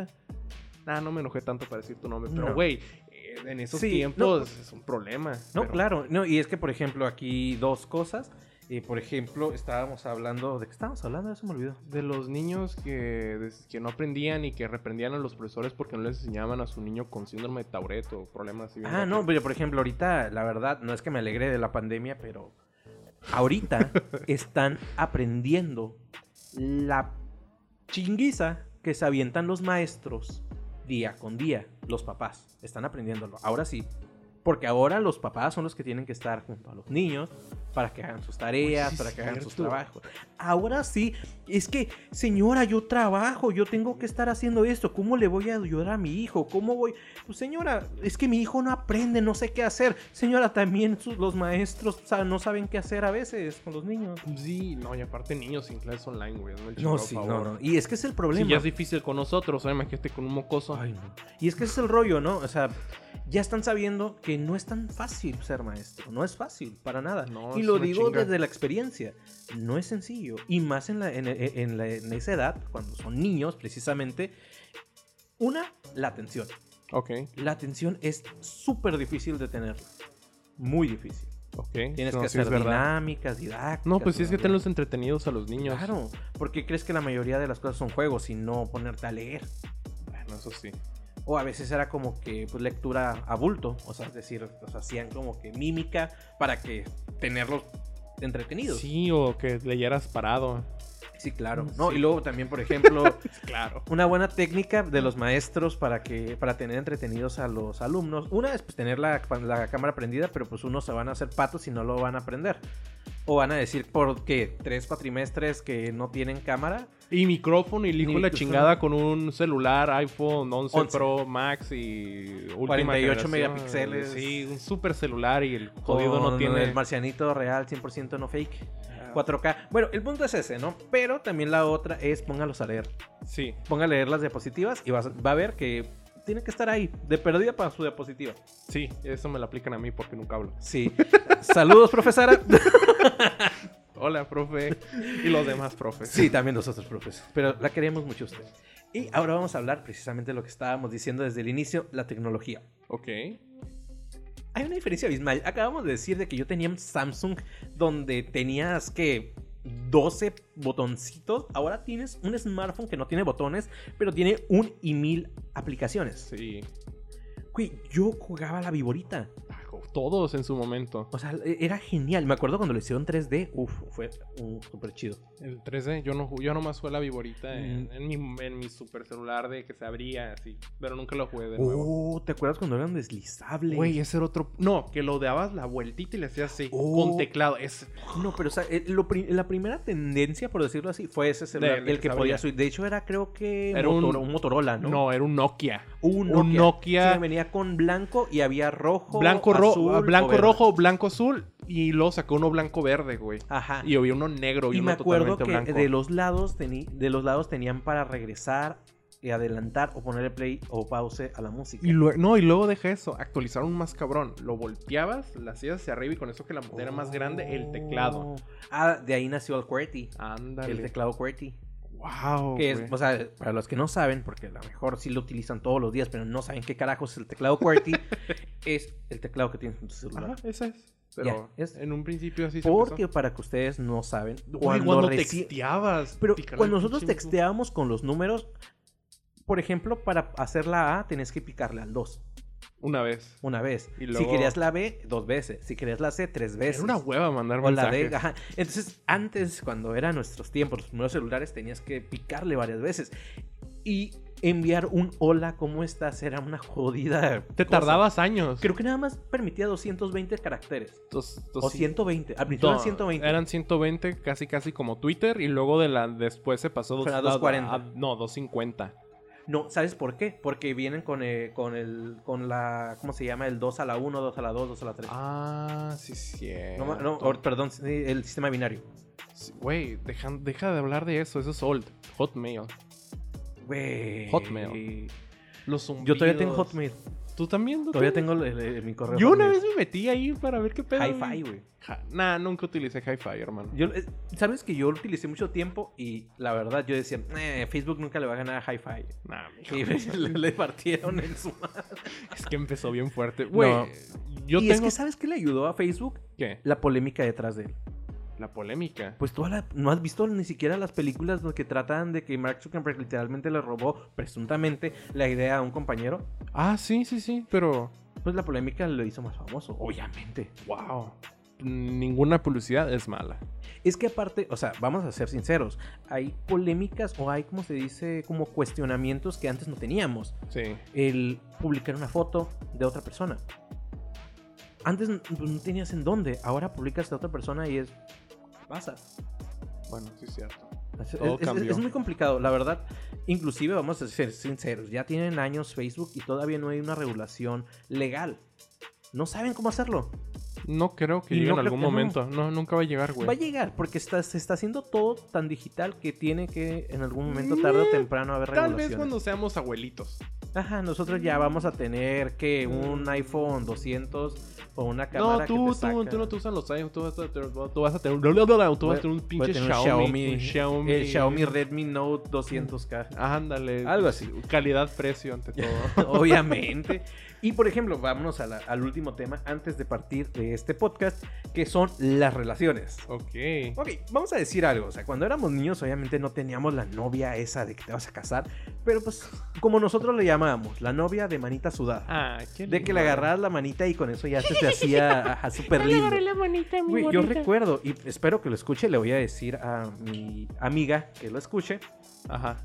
Nah, no me enojé tanto para decir tu nombre. Pero, No. güey, eh, en esos Sí, no, pues, tiempos es un problema. No, pero- claro. No, y es que, por ejemplo, aquí dos cosas. Eh, por ejemplo, estábamos hablando. ¿De qué estábamos hablando? Eso me olvidó. De los niños que, des- que no aprendían y que reprendían a los profesores porque no les enseñaban a su niño con síndrome de Taureto o problemas así. bien Ah, no, raros. pero por ejemplo, ahorita, la verdad, no es que me alegre de la pandemia, pero [laughs] ahorita están aprendiendo la chinguiza que se avientan los maestros día con día, los papás. Están aprendiéndolo. Ahora sí. Porque ahora los papás son los que tienen que estar junto a los niños para que hagan sus tareas, Oye, sí para es que hagan sus cierto. trabajos. Ahora sí, es que, señora, yo trabajo, yo tengo que estar haciendo esto. ¿Cómo le voy a ayudar a mi hijo? ¿Cómo voy? Pues señora, es que mi hijo no aprende, no sé qué hacer. Señora, también sus- los maestros sa- no saben qué hacer a veces con los niños. Pues Sí, no, y aparte niños sin clases online, güey. No, El No, chingado sí, favor. no, no. Y es que es el Sí, problema. ya es difícil con nosotros, ahora imagínate con un mocoso. Ay, no. Y es que ese es el rollo, ¿no? O sea, ya están sabiendo que no es tan fácil ser maestro. No es fácil, para nada. No, y es lo una digo chinga. desde la experiencia. No es sencillo. Y más en, la- en- en la- en esa edad, cuando son niños, precisamente. Una, la atención. Ok, La atención es súper difícil de tener. Muy difícil. ok. Tienes No, que sí hacer es verdad. dinámicas, didácticas. No, pues sí es que bla, bla. tenlos entretenidos a los niños. Claro, porque crees que la mayoría de las cosas son juegos y no ponerte a leer. Bueno, eso sí. O a veces era como que pues, lectura a bulto, o sea, es decir, pues, hacían como que mímica para que tenerlos entretenidos. Sí, Sí, o que leyeras parado. claro. ¿no? Sí. Y luego también, por ejemplo, Claro. una buena técnica de los maestros para que para tener entretenidos a los alumnos. Una es pues, tener la, la cámara prendida, pero pues unos se van a hacer patos y no lo van a aprender. O van a decir porque tres cuatrimestres que no tienen cámara, Y micrófono y el hijo de la Micrófono. chingada con un celular iPhone 11, 11. Pro Max y última 48 generación. megapíxeles. Sí, un super celular y el jodido no con tiene. El marcianito real, 100% no fake. 4K. Bueno, el punto es ese, ¿no? Pero también la otra es póngalos a leer. Sí, Ponga a leer las diapositivas y vas- va a ver que tiene que estar ahí, de perdida para su diapositiva. sí, eso me lo aplican a mí porque nunca hablo. Sí. [laughs] Saludos, profesora. Hola, profe. y los demás, [laughs] profes. sí, también nosotros, profes. Pero la queremos mucho a usted. Y ahora vamos a hablar precisamente de lo que estábamos diciendo desde el inicio, la tecnología. Ok. Hay una diferencia abismal. Acabamos de decir de que yo tenía un Samsung donde tenías que 12 botoncitos. Ahora tienes un smartphone que no tiene botones, pero tiene un y mil aplicaciones. Sí. Güey, yo jugaba a la viborita. Todos en su momento. O sea, e- era genial. Me acuerdo cuando lo hicieron 3D. Uf, fue uh, súper chido. El 3D, yo no ju- yo nomás jugué la viborita en, Mm. en mi, en mi super celular de que se abría así. Pero nunca lo jugué de nuevo. Oh, ¿te acuerdas cuando eran deslizables? Güey, ese era otro. No, que lo dabas la vueltita y le hacías así. Oh. Con teclado. Es No, pero o sea, eh, lo pri- la primera tendencia, por decirlo así, fue ese celular. Del que el que se podía abría. subir. De hecho, era creo que Era un- Motorola- un Motorola, ¿no? No, era un Nokia. Un Nokia. Un Nokia. Sí, venía con blanco y había rojo. blanco rojo, azul o blanco verde. rojo, blanco azul. Y luego sacó uno blanco verde, güey. Ajá. Y había uno negro y, Y uno me acuerdo totalmente que blanco. de los lados teni- de los lados tenían para regresar y adelantar o ponerle play o pause a la música. Y luego, no, y luego deja eso, actualizaron más cabrón. Lo volteabas, la hacías hacia arriba y con eso que la era más grande, el teclado. Oh. Ah, de ahí nació el QWERTY. El Ándale. teclado QWERTY. Wow. Que es, güey. o sea, para los que no saben, porque a lo mejor sí lo utilizan todos los días, pero no saben qué carajos es el teclado [laughs] QWERTY, es el teclado que tienes en tu celular. Ajá, esa es. Pero Ya, es- en un principio así se Porque empezó. para que ustedes no saben, Güey, cuando, cuando reci- texteabas. Pero picarle cuando un nosotros chingo. texteábamos con los números, por ejemplo, para hacer la A tenés que picarle al 2 Una vez. una vez. Y Si luego- querías la B, dos veces. Si querías la C, tres veces. Era una hueva mandar O la mensajes. D, ajá. Entonces, antes, cuando eran nuestros tiempos, los primeros celulares, tenías que picarle varias veces. Y enviar un hola, ¿cómo estás? Era una jodida. Te cosa. tardabas años. Creo que nada más permitía 220 caracteres. Dos- O dos- 120. Al principio No, eran 120. Eran 120, casi casi como Twitter, y luego de la después se pasó dos- Fue a a- 240. a- no, 250. No, ¿sabes por qué? Porque vienen con, eh, con el con la ¿cómo se llama? El 2 a la 1, 2 a la 2, 2 a la 3. Ah, sí, sí. no, ma- no, or- perdón, sí, el sistema binario. Güey, deja, deja de hablar de eso, eso es old. Hotmail. Güey. Hotmail. Los Yo todavía tengo zumbidos. Hotmail. ¿Tú también? ¿Tú Todavía tienes? tengo el- el- el- mi correo. Yo una Hotmail. vez me metí ahí para ver qué pedo. Hi-Fi, güey. Ja- Nah, nunca utilicé Hi-Fi, hermano. Yo, eh, Sabes que yo lo utilicé mucho tiempo y la verdad yo decía, "Eh, Facebook nunca le va a ganar a Hi-Fi. Nah, mijo. Y [laughs] le, le partieron en su madre. es que empezó bien [laughs] fuerte. Güey, Güey, yo y es tengo... que ¿sabes qué le ayudó a Facebook? ¿Qué? La polémica detrás de él. La polémica. Pues tú a la- no has visto ni siquiera las películas ¿no? que tratan de que Mark Zuckerberg literalmente le robó presuntamente la idea a un compañero. Ah, sí, sí, sí, pero... Pues la polémica lo hizo más famoso, obviamente. Wow. Ninguna publicidad es mala. Es que aparte, o sea, vamos a ser sinceros, hay polémicas o hay, como se dice, como cuestionamientos que antes no teníamos. Sí. El publicar una foto de otra persona. Antes n- pues, no tenías en dónde, ahora publicas de otra persona y es... pasa. Bueno, sí es cierto. Es, Todo es- es- cambió. es muy complicado, la verdad. Inclusive, vamos a ser sinceros, ya tienen años Facebook y todavía no hay una regulación legal. No saben cómo hacerlo. No creo que Y llegue no en creo algún que no. momento. No, nunca va a llegar, güey. Va a llegar, porque está, se está haciendo todo tan digital que tiene que en algún momento, tarde o Mm, temprano, haber Tal vez regulaciones. cuando seamos abuelitos. Ajá, nosotros ya vamos a tener que un iPhone 200 o una cámara Mm. No, que tú, te tú, saca- tú no te usas los iPhones, tú vas a tener, tú vas a tener, tú vas a tener un Voy a pinche tener un Xiaomi, un Xiaomi, Xiaomi, el Xiaomi Redmi Note 200K. Ándale. Algo así. Calidad-precio ante [laughs] todo. Obviamente. Y por ejemplo, vámonos a la- al último tema antes de partir de este podcast, que son las relaciones. ok. Ok, vamos a decir algo. O sea, cuando éramos niños, obviamente no teníamos la novia esa de que te vas a casar, pero pues, como nosotros le llamábamos, la novia de manita sudada. Ah, qué de que le agarrabas la manita y con eso ya se [laughs] te hacía ajá, súper lindo. la manita, mi Güey, yo recuerdo, y espero que lo escuche, le voy a decir a mi amiga que lo escuche. Ajá.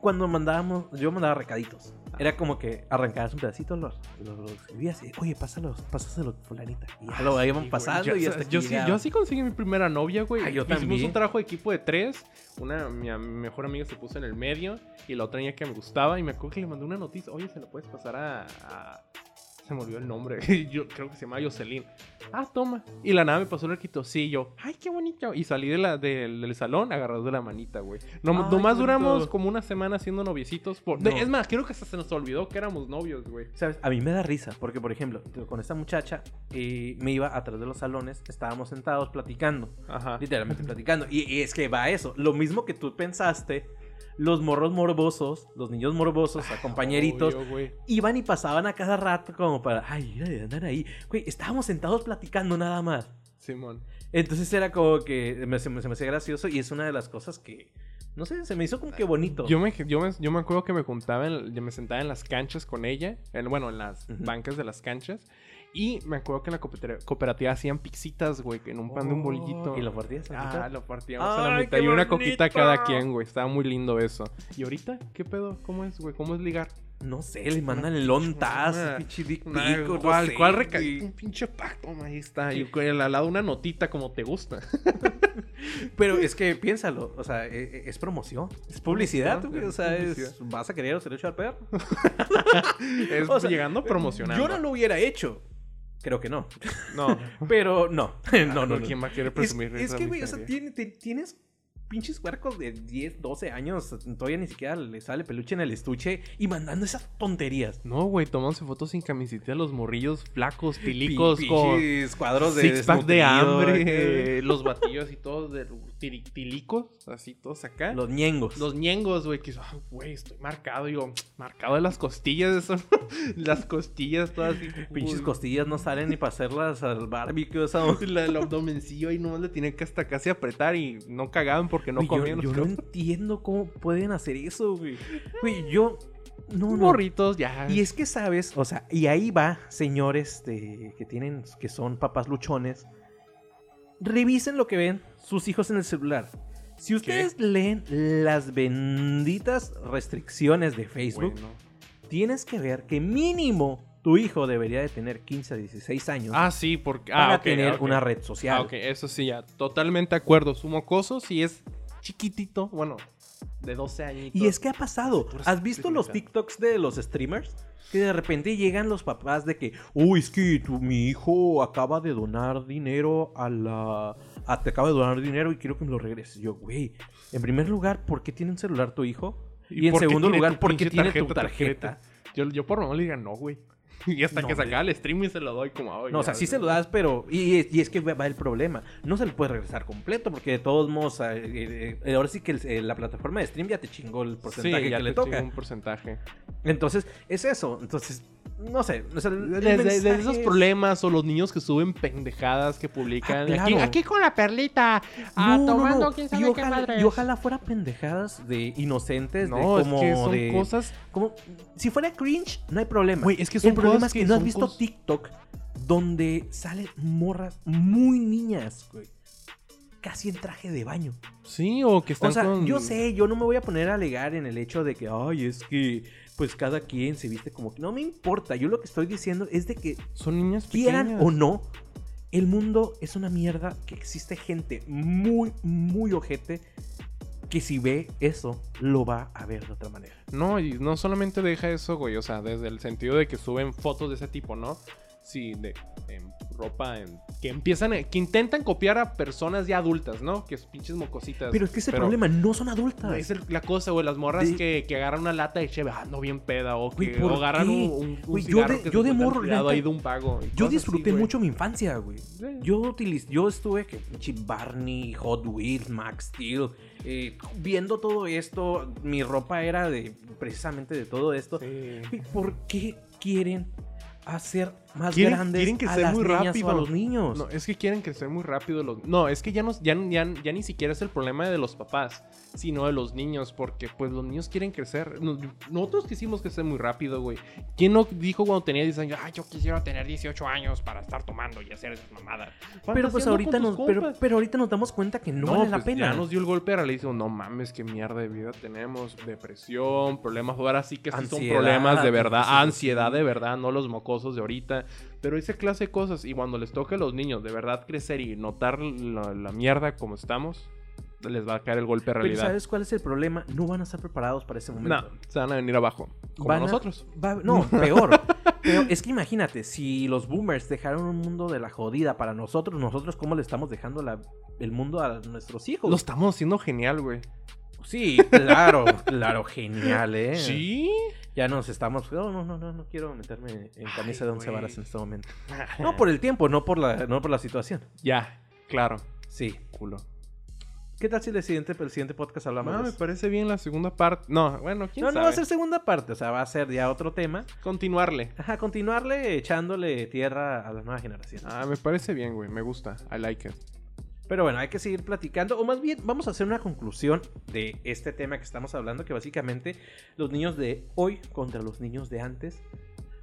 Cuando mandábamos, yo mandaba recaditos. Ah. Era como que arrancabas un pedacito, lo, lo, lo escribías y, oye, pásalos, pásaselo, fulanita. Y ya Ah, lo Sí, íbamos güey, pasando yo- y hasta que yo, sí, llegaba. yo así conseguí mi primera novia, güey. Ah, yo Hicimos también. un trabajo de equipo de tres. Una, mi, mi mejor amiga se puso en el medio y la otra niña que me gustaba. Y me acuerdo que le mandé una noticia. Oye, ¿se la puedes pasar a...? a- Se me olvidó el nombre. [laughs] yo creo que se llama Jocelyn. Ah, toma. Y la nada me pasó el arquito. Sí, yo. Ay, qué bonito. Y salí de la, del- del salón agarrado de la manita, güey. No, Ay, nomás qué bonito. duramos como una semana siendo noviecitos. Por... No. Es más, creo que hasta se nos olvidó que éramos novios, güey. ¿Sabes? A mí me da risa, porque por ejemplo, te- con esta muchacha eh, me iba atrás de los salones, estábamos sentados platicando, Ajá. literalmente platicando. Y, y es que va eso, lo mismo que tú pensaste, los morros morbosos, los niños morbosos, a compañeritos, Obvio, güey. iban y pasaban a cada rato como para, ay, mira, de andar ahí. Güey, estábamos sentados platicando nada más. Simón. Entonces era como que me- se, me- se me hacía gracioso y es una de las cosas que, no sé, se me hizo como que bonito. Yo me, yo, me, yo me acuerdo que me juntaba, en- yo me sentaba en las canchas con ella, en- bueno, en las Ujú. bancas de las canchas, y me acuerdo que en la cooperativa, cooperativa hacían pixitas, güey, en un pan de un bolillito. Oh. Y lo partías. Ah, ahorita? lo partíamos a la ¡Ay, mitad qué y una coquita bonito! cada quien, güey. Estaba muy lindo eso. ¿Y ahorita? ¿Qué pedo? ¿Cómo es, güey? ¿Cómo es ligar? No sé, le mandan el ontas, Una- pinche dick pic, Nah, o no ¿Cuál, sé, cuál güey. reca- Un pinche pacto, ahí está. Y con el al lado una notita como te gusta. [laughs] [laughs] Pero es que piénsalo, o sea, e- e- es, promoción, es publicidad, Publicidad, güey, o es sea, es- publicidad. vas a querer hacer hecho al perro. Es O sea, llegando promocionando. Yo no lo hubiera hecho. Creo que [laughs] no. No. Pero no, [laughs] no, no. no. Ah. ¿Quién va a querer Es, presumir? es esa que, güey, o sea, tiene- miseria? te- tienes pinches huercos de 10, 12 años, todavía ni siquiera le sale peluche en el estuche y mandando esas tonterías. No, güey, tomándose fotos sin camiseta los morrillos flacos, tilicos, Pi- con pinches cuadros de six pack de desnutrido, hambre, eh, [laughs] los batillos y todos de tiri- tilicos, así todos acá. Los Los, ñengos. ñengos, güey, que ah, güey, estoy marcado, yo, marcado de las costillas, eso, [laughs] las costillas todas así. Pinches uy, costillas no salen ni para hacerlas al barbecue. esa onda. la- el abdomencillo ahí nomás le tenían que hasta casi apretar y no cagaban porque no Güey, yo- comían. yo, los no cabros. entiendo cómo pueden hacer eso, güey. Güey, yo. No, no. Morritos, ya. Y es que sabes, o sea, y ahí va, señores de- que tienen, que son papás luchones. Revisen lo que ven sus hijos en el celular. Si ustedes leen las benditas restricciones de Facebook, Bueno. tienes que ver que mínimo tu hijo debería de tener 15 a 16 años Ah, sí, porque. Ah, para ok, tener ok. una red social. Ah, ok, eso sí, ya. Totalmente de acuerdo. Su mocoso sí es chiquitito, bueno, de 12 añitos. Y es que ha pasado. Puras ¿Has visto los pendejadas. TikToks de los streamers? Que de repente llegan los papás de que, uy, es que tu, mi hijo acaba de donar dinero a la... a- te acaba de donar dinero y quiero que me lo regreses. Yo, güey, en primer lugar, ¿por qué tiene un celular tu hijo? Y, en por qué segundo tiene lugar, tu ¿por qué pinche tiene tu tarjeta? tarjeta? Yo, yo por mamá le diga no, güey. [laughs] Y hasta No, que sacaba el stream y se lo doy como hoy. No, o sea, sí se lo das, pero... Y, es- y es que va el problema. No se le puede regresar completo porque de todos modos... eh, eh, eh, ahora sí que el- eh, la plataforma de stream ya te chingó el porcentaje Sí, ya que le le toca. un porcentaje. Entonces, es eso. Entonces, no sé. o sea, el- el Desde, desde mensaje esos es- problemas o los niños que suben pendejadas que publican. Ah, claro. aquí, aquí con la perlita. ah, No, no, tomando no, quién y sabe qué ojalá, madre. y ojalá fuera pendejadas de inocentes, No, de es como que son de- cosas. como- si fuera cringe, no hay problema. Güey, es que son El problema cosas es que, que no has son visto cosas- TikTok donde salen morras muy niñas, güey. Casi en traje de baño. Sí, o que están O sea, con- yo sé, yo no me voy a poner a alegar en el hecho de que, ay, es que, pues cada quien se viste como que. No me importa. Yo lo que estoy diciendo es de que Son niñas quieran pequeñas. o no, el mundo es una mierda que existe gente muy, muy ojete que si ve eso, lo va a ver de otra manera. No, y no solamente deja eso, güey. O sea, desde el sentido de que suben fotos de ese tipo, ¿no? Sí, de em, ropa en- que empiezan, a- que intentan copiar a personas ya adultas, ¿no? Que es pinches mocositas. Pero es que ese problema no son adultas. Es el- la cosa, güey, las morras De- que, que agarran una lata de cheve, ah, no bien peda, o Güey, que ¿por o agarran qué? un, un- un Güey, yo cigarro de- que yo de encuentran morro, tirado neta, ahí de un vago. y Yo cosas así, disfruté güey. mucho mi infancia, güey. Sí. Yo utiliz- yo estuve que pinche Barney, Hot Wheels, Max Steel, eh, viendo todo esto, mi ropa era de precisamente de todo esto. Sí. Güey, ¿Por qué quieren hacer más Quieren- grandes quieren que a sea las muy niñas rápido. o a los niños? No, es que quieren crecer muy rápido los... No, es que ya, nos, ya, ya, ya ni siquiera es el problema de los papás, sino de los niños, porque pues los niños quieren crecer. No- Nosotros quisimos crecer muy rápido, güey. ¿Quién no dijo cuando tenía 10 años, ah, yo quisiera tener 18 años para estar tomando y hacer esas mamadas? pero pues Fantaseando ahorita con tus nos, pero, compas. pero ahorita nos damos cuenta que no, vale la pues, pena. Ya nos dio el golpe de realidad y dijimos, no mames, qué mierda de vida tenemos. Depresión, problemas. Ahora sí que sí son Ansiedad, problemas de verdad. cosas así. ansiedad de verdad, no los mocosos de ahorita. Pero esa clase de cosas. Y cuando les toque a los niños de verdad crecer y notar la, la mierda como estamos, les va a caer el golpe de Pero realidad. ¿sabes cuál es el problema? No van a estar preparados para ese No, momento. se van a venir abajo. Como Van a- nosotros. va- no, [laughs] peor. Peor. Es que imagínate, si los boomers dejaron un mundo de la jodida para nosotros, nosotros cómo le estamos dejando la- el mundo a nuestros hijos. Lo estamos haciendo genial, güey. Sí, claro, claro, genial, ¿eh? Sí. Ya nos estamos... No, no, no, no, no quiero meterme en camisa Ay, de once güey. varas en este [laughs] momento. No por el tiempo, no por la, no por la situación. Ya, claro. Sí. Culo. ¿Qué tal si el siguiente, el siguiente podcast hablamos No, de me eso? parece bien la segunda parte. No, bueno, quién No, no sabe. va a ser segunda parte, o sea, va a ser ya otro tema. Continuarle. Ajá, continuarle echándole tierra a las nuevas generaciones. Ah, me parece bien, güey. Me gusta. I like it. Pero bueno, hay que seguir platicando. O más bien, vamos a hacer una conclusión de este tema que estamos hablando, que básicamente los niños de hoy contra los niños de antes.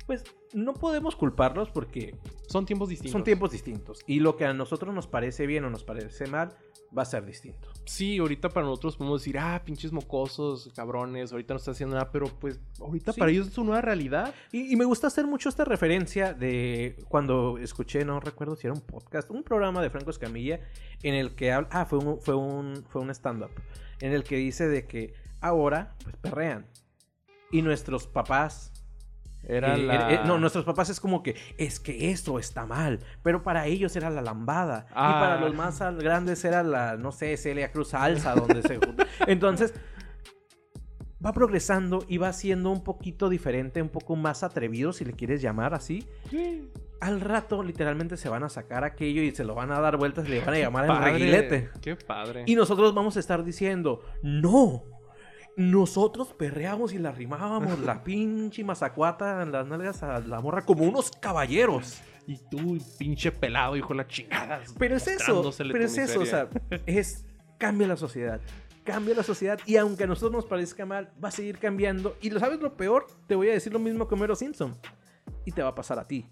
Pues no podemos culparlos porque Son tiempos distintos. son tiempos distintos. Y lo que a nosotros nos parece bien o nos parece mal va a ser distinto. Sí, ahorita para nosotros podemos decir, ah, pinches mocosos, cabrones, ahorita no está haciendo nada, pero pues ahorita Sí. para ellos es su nueva realidad. Y, y me gusta hacer mucho esta referencia de cuando escuché, no recuerdo si era un podcast, un programa de Franco Escamilla, en el que habla, ah, fue un, fue un, fue un stand-up, en el que dice de que ahora pues perrean. Y nuestros papás... Era eh, la... eh, no, nuestros papás es como que es que esto está mal, pero para ellos era la lambada Ah. y para los más al- grandes era la, no sé, Celia Cruz Alza, donde se... [laughs] Entonces, va progresando y va siendo un poquito diferente, un poco más atrevido, si le quieres llamar así. Sí. Al rato, literalmente, se van a sacar aquello y se lo van a dar vueltas y le van a llamar el Padre, reguilete. Qué padre. Y nosotros vamos a estar diciendo, no, nosotros perreamos y le arrimábamos la pinche mazacuata en las nalgas a la morra como unos caballeros. Y tú, pinche pelado, hijo de la chingada. Pero es eso, mostrándosele pero tu es eso, o miseria. sea, es cambia la sociedad. Cambia la sociedad y aunque a nosotros nos parezca mal, va a seguir cambiando. Y lo sabes lo peor, te voy a decir lo mismo que Homero Simpson. Y te va a pasar a ti.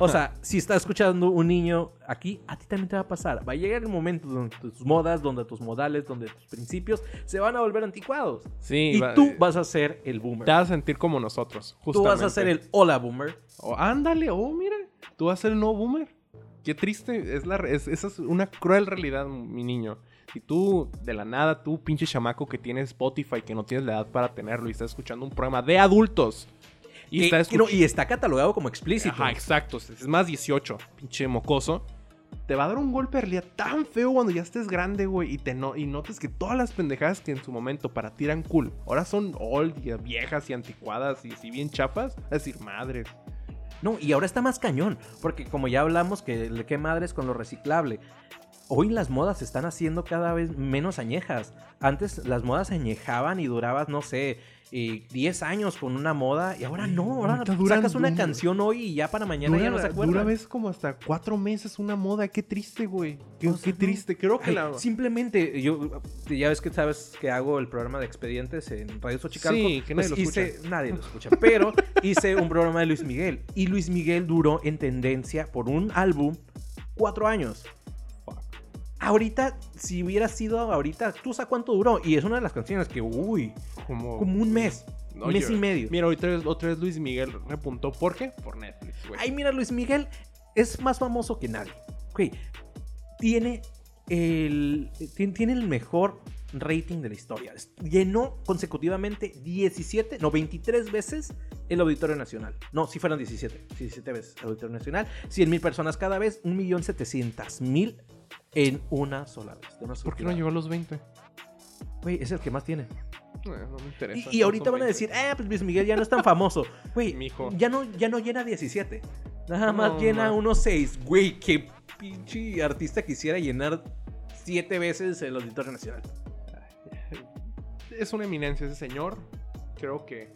O sea, si está escuchando un niño aquí, a ti también te va a pasar. Va a llegar el momento donde tus modas, donde tus modales, donde tus principios se van a volver anticuados. Sí, Y va- eh, tú vas a ser el boomer. Te vas a sentir como nosotros, Tú vas a justamente. ser el hola boomer. Oh, ándale, oh, mira. Tú vas a ser el nuevo boomer. Qué triste. Es la, re- es- esa es una cruel realidad, mi niño. Y tú, de la nada, tú, pinche chamaco que tienes Spotify, que no tienes la edad para tenerlo y estás escuchando un programa de adultos. Y Que- estás que no, escuchando. Eh, y está catalogado como explícito. Ajá, exacto. Es más 18, pinche mocoso. Te va a dar un golpe de realidad tan feo cuando ya estés grande, güey. Y, te no, y notes que todas las pendejadas que en su momento para ti eran cool, ahora son old y viejas y anticuadas y así bien chapas. Es decir, madres. No, y ahora está más cañón, porque como ya hablamos que le- qué madres con lo reciclable. Hoy las modas se están haciendo cada vez menos añejas. Antes las modas se añejaban y durabas, no sé, eh, 10 años con una moda y ahora no, ahora Ahorita duran sacas una un- canción hoy y ya para mañana ya no se acuerdan. dura vez como hasta cuatro meses una moda. Qué triste, güey. Qué, O sea, qué no. triste. Creo que Ay, la... Simplemente, yo, ya ves que sabes que hago el programa de expedientes en Radio Xochicalco. pues, Sí, que nadie lo hice- nadie [laughs] lo escucha. Pero hice un programa de Luis Miguel. Y Luis Miguel duró en tendencia por un álbum cuatro años. Fuck. Ahorita, si hubiera sido ahorita, ¿tú sabes cuánto duró? Y es una de las canciones que, uy, Como... como un mes, No, mes yo- y medio. Mira, ahorita es- otra vez Luis Miguel repuntó. ¿Por qué? Por Netflix, güey. Ay, mira, Luis Miguel es más famoso que nadie. Güey, tiene el, tien- tiene el mejor rating de la historia. Llenó consecutivamente 17, no, 23 veces el Auditorio Nacional. No, si fueron 17, 17 veces el Auditorio Nacional. 100 mil personas cada vez, 1.700.000 en una sola vez. de una sola ¿Por qué no tirada. llegó a los 20? Eh, Güey, es el que más tiene. no me Y, interesa. y ahorita van a decir, eh, pues Luis Miguel ya no es tan [laughs] famoso. Güey, Mijo. ya no, ya no llena 17. Nada más No, llena ma. unos 6. Güey, qué pinche artista quisiera llenar 7 veces el Auditorio Nacional. Es una eminencia ese señor. Creo que.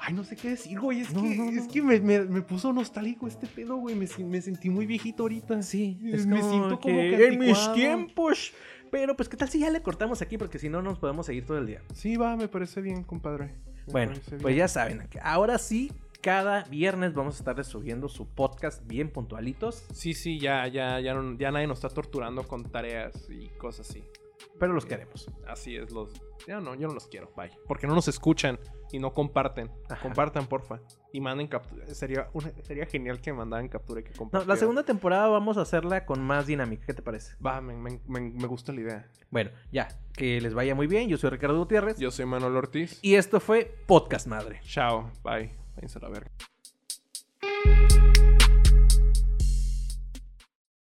Ay, no sé qué decir, güey. Es No, que, no, no. Es que me, me- me puso nostálgico este pedo, güey. Me, sen- me sentí muy viejito ahorita. Sí, es me siento como que que en mis anticuado. tiempos. Pero pues qué tal si ya le cortamos aquí porque si no nos podemos seguir todo el día. Sí, va, me parece bien, compadre. Me Bueno, parece pues bien. ya saben, ahora sí, cada viernes vamos a estarles subiendo su podcast bien puntualitos. Sí, sí, ya, ya, ya, no- ya nadie nos está torturando con tareas y cosas así. Eh, Pero los queremos. Así es, los. Ya no, yo no los quiero, bye. Porque no nos escuchan y no comparten. Ajá. Compartan, porfa. Y manden captura. Sería, una- sería genial que mandaran captura y que No, compartieran. la segunda temporada vamos a hacerla con más dinámica. ¿Qué te parece? Va, me, me- me- me gusta la idea. Bueno, ya, que les vaya muy bien. Yo soy Ricardo Gutiérrez. Yo soy Manuel Ortiz. Y esto fue Podcast Madre. Chao, bye. Váyanse a la verga.